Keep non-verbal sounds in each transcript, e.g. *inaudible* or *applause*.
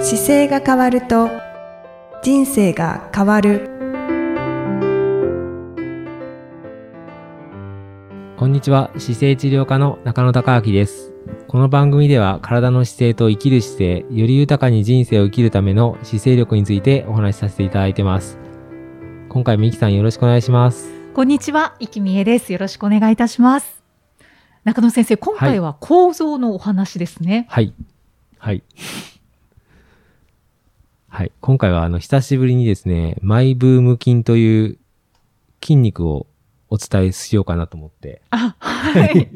姿勢が変わると人生が変わるこんにちは姿勢治療科の中野孝明ですこの番組では体の姿勢と生きる姿勢より豊かに人生を生きるための姿勢力についてお話しさせていただいてます今回みきさんよろしくお願いしますこんにちは、生きみえです。よろしくお願いいたします。中野先生、今回は構造のお話ですね。はいはいはい今回はあの久しぶりにですねマイブーム筋という筋肉をお伝えしようかなと思ってあ、はい。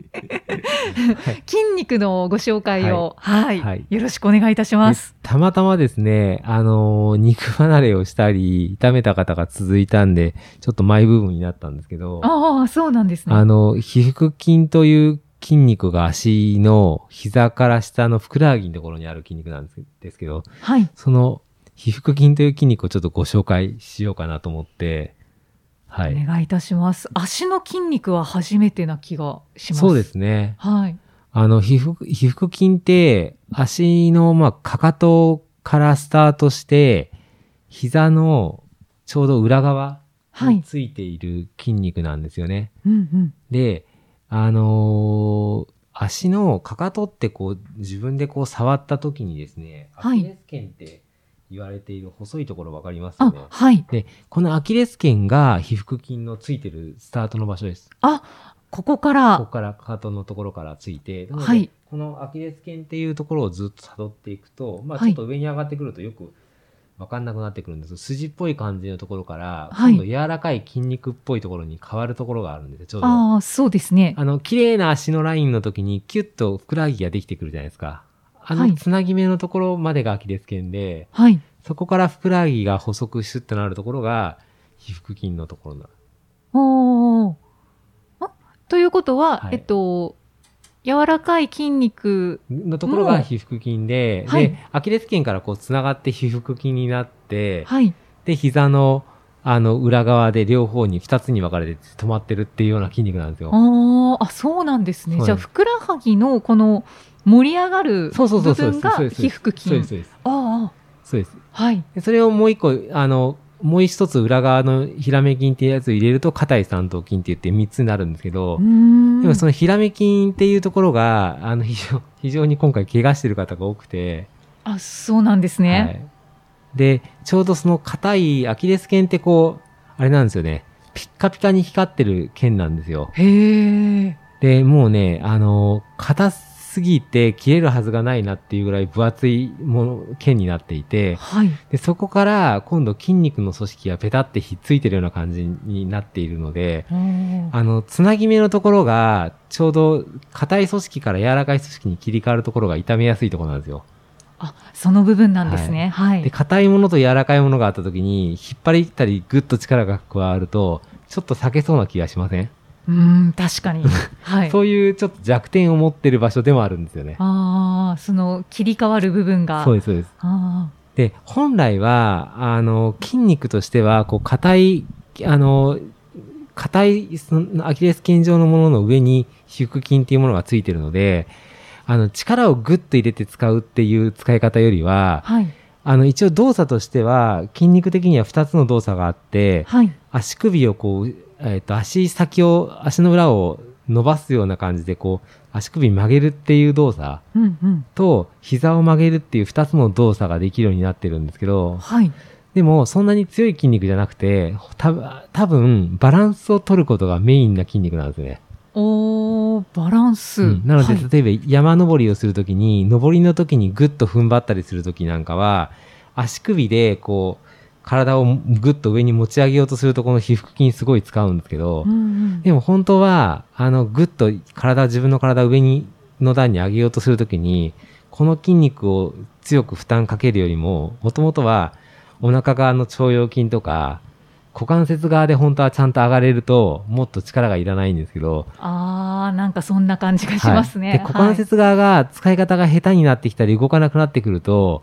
筋肉のご紹介を、はい、はいよろしくお願いいたします。でたまたまですね、あのー肉離れをしたり、痛めた方が続いたんで、ちょっとマイブームになったんですけど、あああ、そうなんですね。の、皮腹筋という筋肉が足の膝から下のふくらはぎのところにある筋肉なんですですけど、はい。その皮腹筋という筋肉をちょっとご紹介しようかなと思って、はおい。願いいたします。足の筋肉は初めてな気がします。そうで。すね。はい。あの、皮腹、皮腹筋って、足の、まあ、かかとからスタートして、膝のちょうど裏側はにい。ついている筋肉なんですよね。うんうん。で、あのー足のかかとってこう、自分でこう触った時にですね、アはいキレス腱って言われている細いところわかりますよねあ、。はい。このアキレス腱が皮腹筋のついてるスタートの場所です。ここかここら、からかかとのところからついて、なのではいこのアキレス腱っていうところをずっと辿っていくと、まあはちょいっと上に上がってくるとよくわかんなくなってくるんですけど、筋っぽい感じのところから、はい今度柔らかい筋肉っぽいところに変わるところがあるんですよ、ちょうど。ああ、そうですね。あの、綺麗な足のラインの時にキュッとふくらはぎができてくるじゃないですか。あはの、いつなぎ目のところまでがアキレス腱で、はい。そこからふくらはぎが細くシュッとなるところが、皮腹筋のところな。おーあということは、はいえっと、柔らかい筋肉、のところが皮腹筋で、で、はいアキレス腱からこうつながって皮腹筋になって、はい。で、膝の、あの、裏側で両方に2つに分かれて止まってるっていうような筋肉なんですよ。あーあ、そうなんですね。はいじゃあ、ふくらはぎのこの盛り上がるそうそうそう部そう分がそうです皮腹そうです、筋。そうです。あそうですあ。、はい。でそれをもう一個、あの、もう一つ裏側のひらめ筋っていうやつを入れると、硬い三頭筋って言って3つになるんですけど、でもそののひらめ筋っていうところが、あの、非常非常に今回怪我してる方が多くて、あそうなんですはね。い、で、ちょうどその硬いアキレス腱ってこう、あれなんですよね、ピッカピカに光ってる腱なんですよ。へえ。で、もうね、あの、硬すぎて切れるはずがないなっていうぐらい分厚いもの、腱になっていて、はい。で、そこから今度筋肉の組織がペタってひっついてるような感じになっているので、おーあの、つなぎ目のところが、ちょうど硬い組織から柔らかい組織に切り替わるところが痛めやすいところなんですよ。あ、その部分なんですね。はい。で、硬いものと柔らかいものがあった時に、引っ張りたりぐっと力が加わると、ちょっと避けそうな気がしません、うーん、*laughs* 確かに。はい。そういうちょっと弱点を持ってる場所でもあるんですよね。ああ、その切り替わる部分が。そうです、そうです。あで、本来は、あの、筋肉としては、こう、硬い、あの、硬い、その、アキレス腱状のものの上に、皮腹筋っていうものがついてるので、あの、力をグッと入れて使うっていう使い方よりあ。は、はい。あの、一応動作としては、筋肉的には2つの動作があって、はい。足首をこう、えっ、と、足先を、足の裏を伸ばすような感じで、こう、足首曲げるっていう動作うんうん。と、膝を曲げるっていう2つの動作ができるようになってるんですけど、はい。でも、そんなに強い筋肉じゃなくて、た多分バランスを取ることがメインな筋肉なんですね。おー、バランス。うんなので、はい例えば山登りをするときに、登りのときにぐっと踏ん張ったりするときなんかは、足首でこう、体をぐっと上に持ち上げようとすると、この皮腹筋すごい使うんですけどう、んうでも本当は、あの、ぐっと体、自分の体を上に、の段に上げようとするときに、この筋肉を強く負担かけるよりも、もともとは、お腹側の腸腰筋とか、股関節側で本当はちゃんと上がれると、もっと力がいらないんですけど、ん、あーなんかそんな感じがしますね。はいで、股関節側が使い方が下手になってきたり、動かなくなってくると、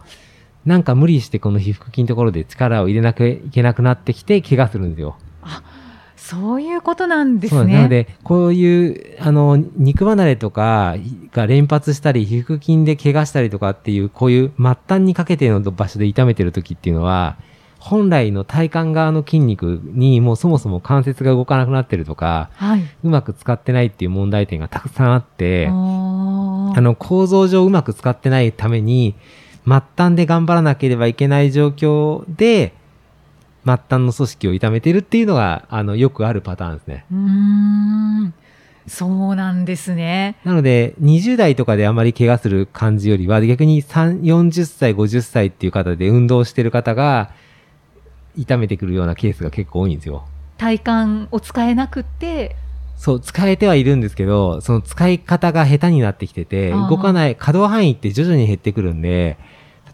なんか無理してこの皮腹筋のところで力を入れなきゃいけなくなってきて、怪我するんですよ。はいそういうことなんですそね。うなんですなので、こういう、あの、肉離れとかが連発したり、皮膚筋で怪我したりとかっていう、こういう末端にかけての場所で痛めてる時っていうのは、本来の体幹側の筋肉にもうそもそも関節が動かなくなってるとか、はいうまく使ってないっていう問題点がたくさんあって、ああーの、構造上うまく使ってないために、末端で頑張らなければいけない状況で、末端の組織を痛めてるっていうのが、あの、よくあるパターンですね。うーんそうなんですね。なので、20代とかであまり怪我する感じよりは、逆に3 40歳、50歳っていう方で運動してる方が、痛めてくるようなケースが結構多いんですよ。体幹を使えなくって、そう、使えてはいるんですけど、その使い方が下手になってきてて、あー動かない、可動範囲って徐々に減ってくるんで、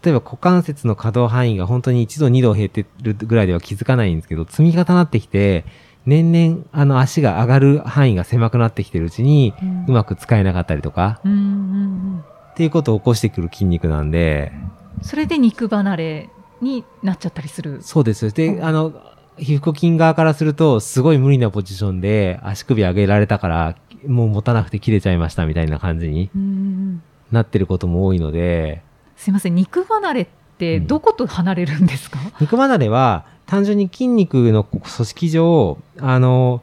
例えば股関節の可動範囲が本当に1度2度減ってるぐらいでは気づかないんですけど、積み重なってきて、年々、あの、足が上がる範囲が狭くなってきてるうちに、うんうまく使えなかったりとか、うんうんっていうことを起こしてくる筋肉なんで、うん、それで肉離れになっちゃったりする。そうです。で、あの、皮膚筋側からすると、すごい無理なポジションで足首上げられたから、もう持たなくて切れちゃいましたみたいな感じにうんうんうんなってることも多いので、すいません肉離れってどこと離れるんですか、肉離れは単純に筋肉の組織上、あの、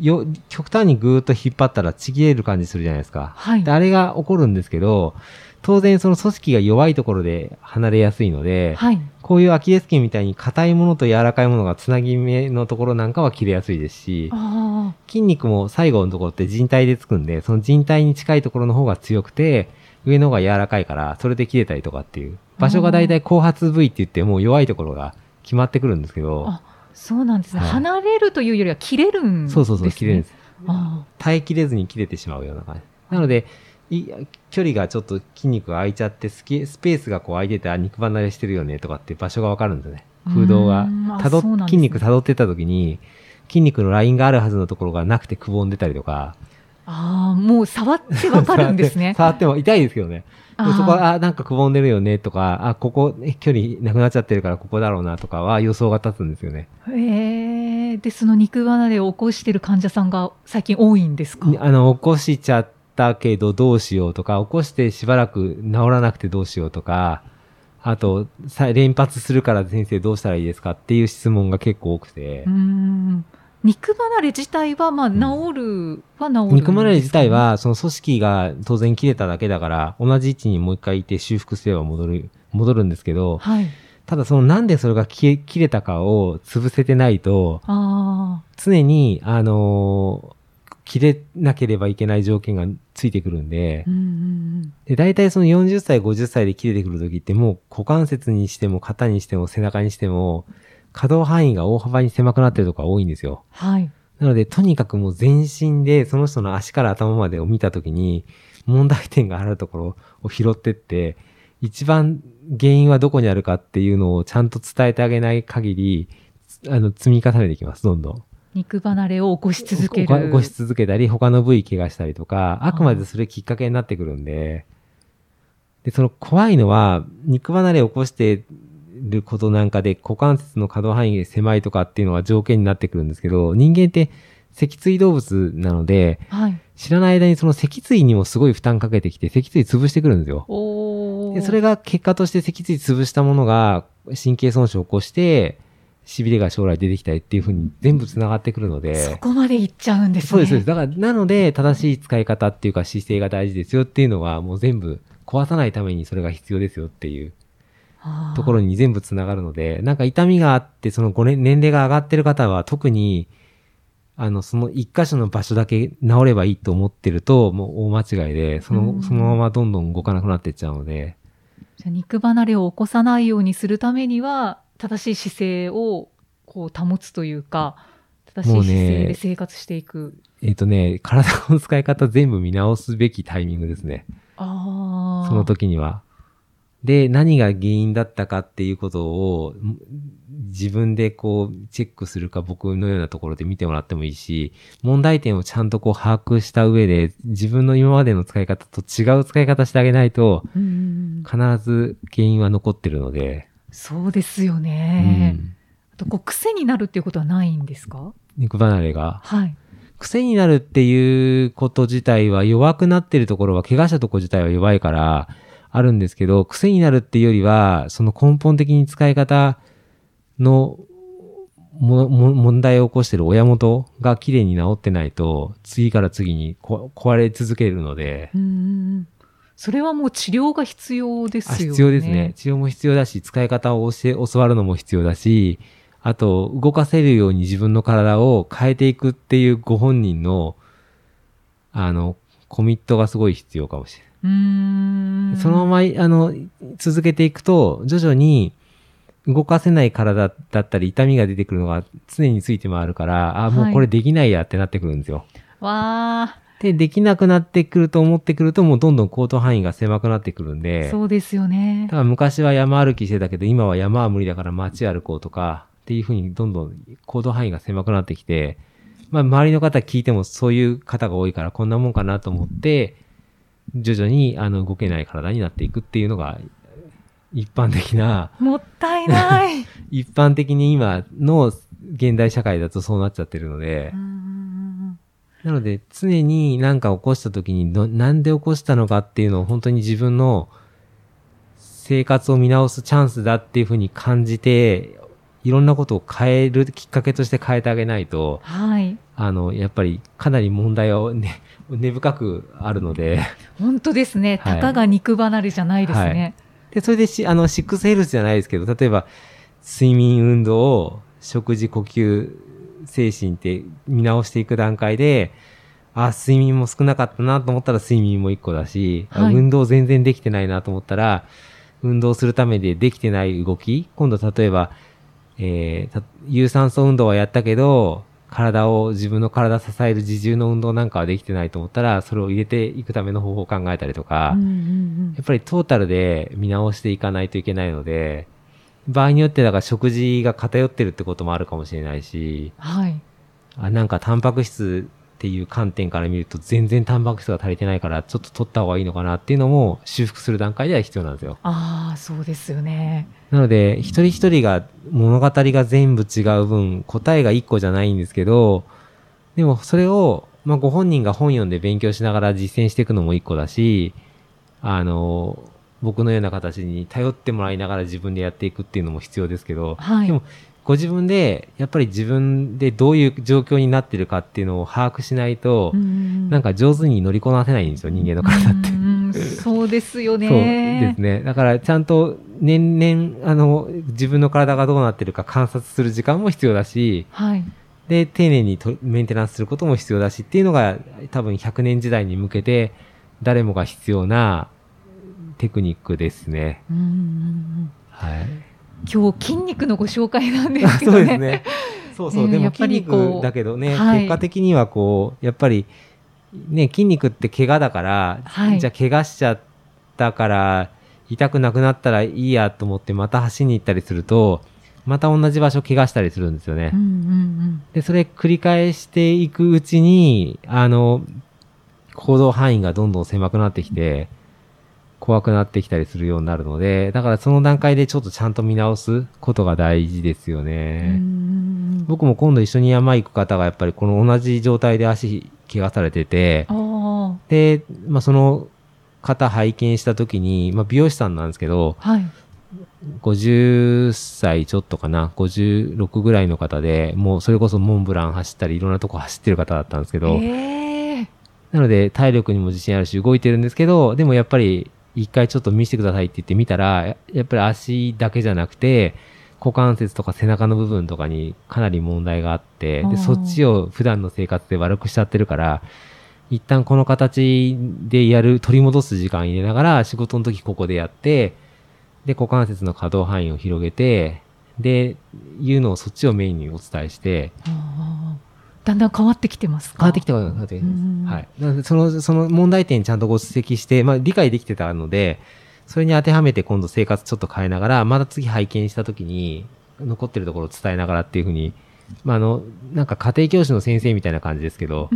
よ極端にぐーっと引っ張ったらちぎれる感じするじゃないですか。はいで、あれが起こるんですけど、当然その組織が弱いところで離れやすいので、はいこういうアキレス腱みたいに硬いものと柔らかいものがつなぎ目のところなんかは切れやすいですし、あ筋肉も最後のところって人体でつくんで、その人体に近いところの方が強くて、上の方が柔らかいから、それで切れたりとかっていう。場所がだいたい後発部位って言って、もう弱いところが決まってくるんですけどあ、あそうなんですね、はい離れるというよりは切れるんです、ね、そうそうそう、切れるんです。あ耐えきれずに切れてしまうような感じ。なので、い距離がちょっと筋肉が空いちゃってスケスペースがこう空いててあ肉離れしてるよねとかって場所がわかるんですよね空洞うがーんあたど、そうなんです筋ね肉たどってった時に筋肉のラインがあるはずのところがなくてくぼんでたりとかあーもう触ってわかるんです *laughs* ね触っても痛いですけどねであーそこはあなんかくぼんでるよねとかあここえ距離なくなっちゃってるからここだろうなとかは予想が立つんですよねえー、でその肉離れを起こしている患者さんが最近多いんですかあの起こしちゃったけどどうしようとか起こしてしばらく治らなくてどうしようとかあとさ連発するから先生どうしたらいいですかっていう質問が結構多くてうーん肉離れ自体はまあん治るは治るんですかね、肉離れ自体はその組織が当然切れただけだから同じ位置にもう一回いて修復すれば戻る戻るんですけどはいただそのなんでそれが切れ切れたかを潰せてないとあ常に、あのー切れなければいけない条件がついてくるんでー、うんうんで大体その40歳、50歳で切れてくるときってもう股関節にしても肩にしても背中にしても可動範囲が大幅に狭くなってるとこが多いんですよ。うんはいなので、とにかくもう全身でその人の足から頭までを見たときに問題点があるところを拾ってって、一番原因はどこにあるかっていうのをちゃんと伝えてあげない限り、あの、積み重ねていきます、どんどん。肉離れを起こし続け起るこし続けたり、他の部位怪我したりとか、あくまでそれきっかけになってくるんで、で、その怖いのは、肉離れを起こしてることなんかで、股関節の可動範囲が狭いとかっていうのは条件になってくるんですけど、人間って脊椎動物なので、はい知らない間にその脊椎にもすごい負担かけてきて、脊椎潰してくるんですよ。おでーそれが結果として脊椎潰したものが神経損傷を起こして、痺れが将来出てきたりっていうふうに全部繋がってくるので。そこまでいっちゃうんですねそうです、そうです。だから、なので、正しい使い方っていうか姿勢が大事ですよっていうのは、もう全部壊さないためにそれが必要ですよっていうあーところに全部つながるので、なんか痛みがあって、その5年、年齢が上がってる方は特に、あの、その一箇所の場所だけ治ればいいと思ってると、もう大間違いで、そうの、んそのままどんどん動かなくなっていっちゃうので、じゃあ肉離れを起こさないようにするためには正しい姿勢をこう保つというか正しもいうね姿勢で生活していく、えっ、とね、体の使い方全部見直すべきタイミングですね。ああその時には。で、何が原因だったかっていうことを、ん自分でこう、チェックするか、僕のようなところで見てもらってもいいし、問題点をちゃんとこう、把握した上で、自分の今までの使い方と違う使い方してあげないと、うんうんうん必ず原因は残ってるので、そうですようね、んあとこう癖になるっていうことはないんですか肉離れが。はい。癖になるっていうこと自体は弱くなってるところは、怪我したところ自体は弱いから、あるんですけど、癖になるっていうよりは、その根本的に使い方のもも問題を起こしてる親元が綺麗に治ってないと、次から次にこ壊れ続けるので、うんうんうん。それはもう治療が必要ですあよね。必要ですね。。治療も必要だし、使い方を教え、教わるのも必要だし、あと、動かせるように自分の体を変えていくっていうご本人の、あの、コミットがすごい必要かもしれない。うーん。そのまま、あの、続けていくと、徐々に動かせない体だったり、痛みが出てくるのが常について回るから、あ、もうこれできないやってなってくるんですよ。わで、できなくなってくると思ってくると、もうどんどん行動範囲が狭くなってくるんあ、で。そうですよねだ。から昔は山歩きしてたけど、今は山は無理だから街歩こうとか、っていうふうにどんどん行動範囲が狭くなってきて、まあ周りの方聞いてもそういう方が多いからこんなもんかなと思って、徐々にあの動けない体になっていくっていうのが、一般的な、もったいない。 *laughs* 一般的に今の現代社会だとそうなっちゃってるのでうんう、んうんなので常に何か起こした時にどなんで起こしたのかっていうのを本当に自分の生活を見直すチャンスだっていうふうに感じて、いろんなことを変えるきっかけとして変えてあげないと、はい。あの、やっぱりかなり問題はね、根深くあるので、本当ですね。はいたかが肉離れじゃないですね。で、それでし、あの、シックスヘルスじゃないですけど、例えば、睡眠、運動、食事、呼吸、精神って見直していく段階で、あ、睡眠も少なかったなと思ったら睡眠も一個だし、あはい運動全然できてないなと思ったら、運動するためでできてない動き、今度例えば、えーた有酸素運動はやったけど、体を、自分の体支える自重の運動なんかはできてないと思ったら、それを入れていくための方法を考えたりとか、うんうんやっぱりトータルで見直していかないといけないので、場合によってだから食事が偏ってるってこともあるかもしれないし、うんはい。あなんかタンパク質っていう観点から見ると全然タンパク質が足りてないからちょっと取った方がいいのかなっていうのも修復する段階では必要なんですよ。ああ、そうですよね。なので、一人一人が物語が全部違う分、答えが一個じゃないんですけど、でもそれを、まあ、ご本人が本読んで勉強しながら実践していくのも一個だし、あの、僕のような形に頼ってもらいながら自分でやっていくっていうのも必要ですけど、はい。でもご自分で、やっぱり自分でどういう状況になってるかっていうのを把握しないと、なんかか上手に乗りこなせないんですよ、人間の体って。そうですよね。そうですね。だから、ちゃんと年々、あの、自分の体がどうなってるか観察する時間も必要だし、はい。で、丁寧にとメンテナンスすることも必要だしっていうのが、多分100年時代に向けて、誰もが必要なテクニックですね。うんうんうんはい。今日筋肉のご紹介なんであす *laughs* けそどうね。ですね。そうそう。ねでもやっぱ筋りこう肉だけどね、はい結果的にはこう、やっぱり、ね、筋肉って怪我だから、はいじゃあ怪我しちゃったから、痛くなくなったらいいやと思ってまた走りに行ったりすると、また同じ場所怪我したりするんですよね。うんうんで、それ繰り返していくうちに、あの、行動範囲がどんどん狭くなってきて、怖くなってきたりするようになるので、だからその段階でちょっとちゃんと見直すことが大事ですようん。ね。うん僕も今度一緒に山行く方がやっぱりこの同じ状態で足怪我されててう、んあで、まあ、その方拝見した時に、まあ、美容師さんなんですけど、あ、はい。 50歳ちょっとかな、56ぐらいの方で、もうそれこそモンブラン走ったりいろんなとこ走ってる方だったんですけど、ええなので体力にも自信あるし動いてるんですけど、でもやっぱり一回ちょっと見せてくださいって言ってみたら、ややっぱり足だけじゃなくて、股関節とか背中の部分とかにかなり問題があって、あーで、そっちを普段の生活で悪くしちゃってるから、一旦この形でやる、取り戻す時間入れながら、仕事の時ここでやって、で、股関節の可動範囲を広げて、で、いうのをそっちをメインにお伝えして、ああだんだん変わってきてますか変わってきたことが変わってきてますうんはい。なので、その、その問題点ちゃんとご指摘して、まあ理解できてたので、それに当てはめて今度生活ちょっと変えながら、また次拝見した時に、残ってるところを伝えながらっていうふうに、まああの、なんか家庭教師の先生みたいな感じですけ *laughs* ど、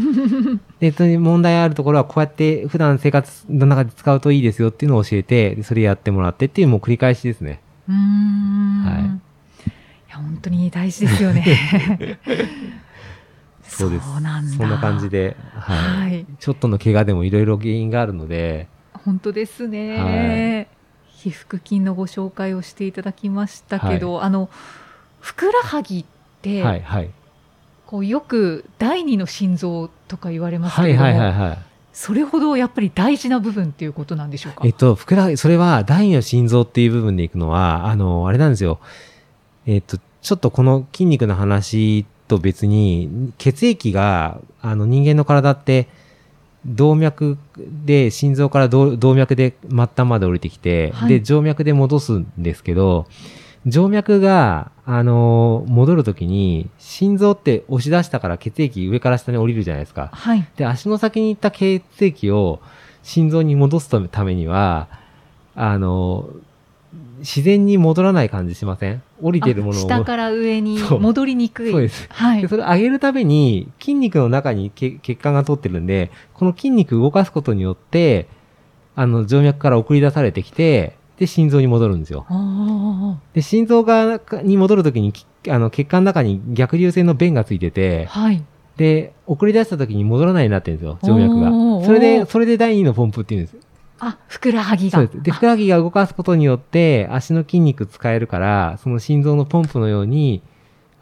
で、それに問題あるところはこうやって普段生活の中で使うといいですよっていうのを教えて、でそれやってもらってっていうもう繰り返しですね。うーん。はいいや、本当に大事ですよね。 *laughs* そうです。そうなんだそんな感じで、はい。はい、ちょっとの怪我でもいろいろ原因があるので、本当ですね、被腹筋のご紹介をしていただきましたけど、あのふくらはぎって、はいはい。こうよく第二の心臓とか言われますはけいれども、はいはいはい。それほどやっぱり大事な部分っていうことなんでしょうかえっと、ふくらはぎ、それは第二の心臓っていう部分でいくのは、あの、あれなんですよ。えっと、ちょっとこの筋肉の話と別に、血液が、あの、人間の体って、動脈で、心臓から動動脈で末端まで降りてきて、はいで、静脈で戻すんですけど、静脈が、あの、戻るときに、心臓って押し出したから血液上から下に降りるじゃないですか。はいで、足の先に行った血液を心臓に戻すためためには、あの、自然に戻らない感じしません降りてるものを。あ下から上にそう戻りにくいそうです。はいでそれを上げるために筋肉の中にけ血管が通ってるんで、この筋肉を動かすことによって、あの、静脈から送り出されてきて、で、心臓に戻るんですよ。おーで、心臓側に戻るときに、きあの、血管の中に逆流性の弁がついてて、はいで、送り出した時に戻らないようになってるんですよ、静脈おーが。それおで、ーそれで第二のポンプっていうんです。あふくらはぎがそうです。で、ふくらはぎが動かすことによって、足の筋肉使えるから、その心臓のポンプのように、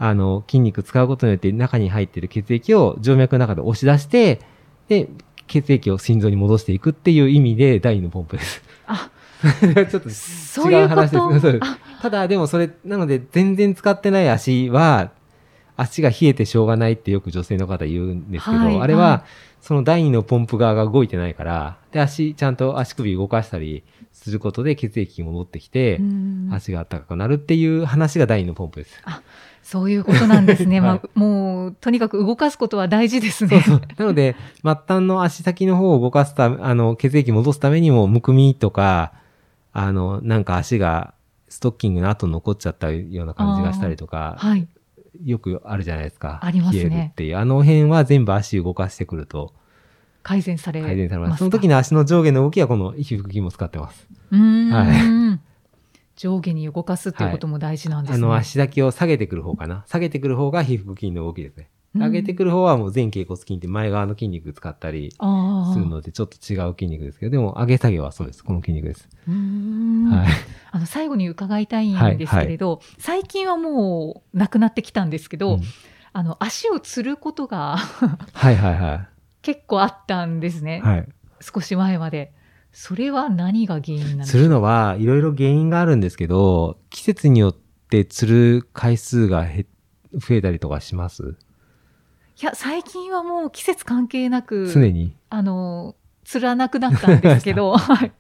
あの、筋肉使うことによって中に入ってる血液を静脈の中で押し出して、で、血液を心臓に戻していくっていう意味で第二のポンプです。あちょっとそういうこと違う話ですそうですあただでもそれなので全然使ってない足は足が冷えてしょうがないってよく女性の方言うんですけど、はいあれはいはその第二のポンプ側が動いてないからで足ちゃんと足首動かしたりすることで血液が戻ってきてう、ん足が暖かくなるっていう話が第二のポンプです。そういうことなんで *laughs* すね、はいまあ、もうとにかく動かすことは大事ですね *laughs* なので末端の足先の方を動かすためあの血液戻すためにもむくみとかあのなんか足がストッキングの後残っちゃったような感じがしたりとかはいよくあるじゃないですか。ありますね冷えるっていう。あの辺は全部足動かしてくると改善され改善されます。ますその時の足の上下の動きはこの皮腹筋も使ってます。うーん、は上下に動かすっていうことも大事なんであすね。の足先を下げてくる方かな。下げてくる方が皮腹筋の動きですね。うん上げてくる方はもう前脛骨筋って前側の筋肉使ったりああするのでちょっと違う筋肉ですけど、でも上げ下げはそうです。この筋肉です。うーんはい。あの最後に伺いたいんですけれど、最近はもうなくなってきたんですけど、うんあの足をつることが *laughs* はいはいは結構あったんですね、い。はい。少し前まで。それは何が原因なんですすかるのはいろいろ原因があるんですけど、季節によって釣る回数が減っ増えたりとかしますいや最近はもう季節関係なく常に。あのつらなくなったんです *laughs* けどはい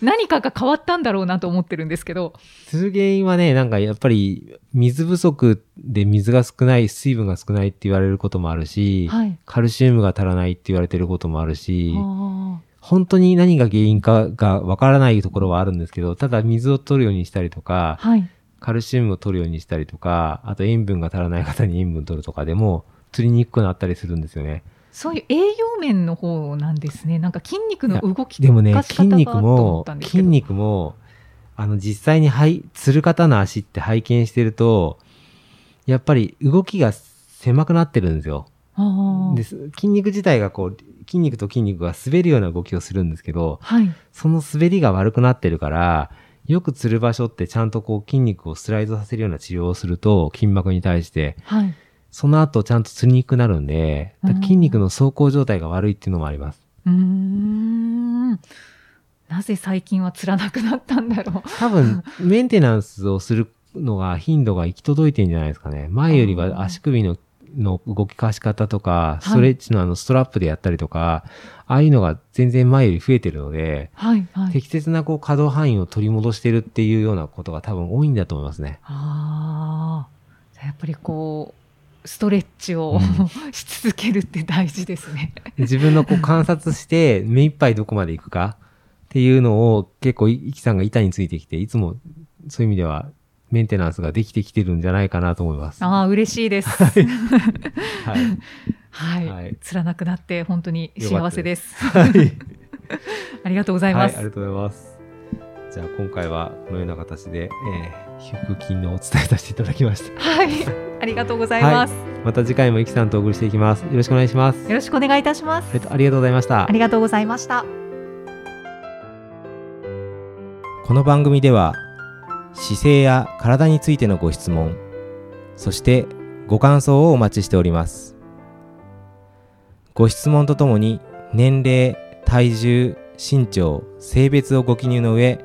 何かが変わったんだろうなと思ってるんですけどする原因はね、なんかやっぱり水不足で水が少ない、水分が少ないって言われることもあるし、はいカルシウムが足らないって言われてることもあるし、あ本当に何が原因かがわからないところはあるんですけど、ただ水を取るようにしたりとーか、はいカルシウムを取るようにしたりとか、あと塩分が足らない方に塩分取るとかでも、釣りにくくなったりするんですよね。そういう栄養面の方なんですね。なんか筋肉の動きでもね動、かし筋方が肉と思っもたん、ですけ筋ど肉も、あの、実際に、はい、つる方の足って拝見してると、やっぱり動きが狭くなってるんですよ。ああです筋肉自体がこう、筋肉と筋肉が滑るような動きをするんですけど、はい。その滑りが悪くなってるから、よくつる場所ってちゃんとこう筋肉をスライドさせるような治療をすると、筋膜に対して、はい。その後ちゃんとつりにくくなるんで、だから筋肉の走行状態が悪いっていうのもあります。うーん。なぜ最近はつらなくなったんだろう。多分、メンテナンスをするのが頻度が行き届いてんじゃないですかね。前よりは足首のの動かし方とか、いストレッチのあのストラップでやったりとか、ああいうのが全然前より増えてるので、はいはい。適切なこう可動範囲を取り戻してるっていうようなことが多分多いんだと思いますね。ああ。じゃあやっぱりこうストレッチを、 *laughs* し続けるって大事ですね。自分のこう観察して目いっぱいどこまで行くかっていうのを結構いきさんが板についてきて、いつもそういう意味ではメンテナンスができてきてるんじゃないかなと思います。 *laughs* ああ嬉しいです。はい。はい。はいつらなくなって本当に幸せです。はい。ありがとうございはまい、すあり。がとうございます。じゃあ今回はこのような形で、えー皮腹筋のお伝えさせていただきました。はい、ありがとうございます。また次回もイキさんとお送りしていきます。よろしくお願いします。よろしくお願いいたします。えっと、ありがとうございましたあ。りがとうございました。この番組では姿勢や体についてのご質問そしてご感想をお待ちしておりますご質問とともに年齢体重身長性別をご記入の上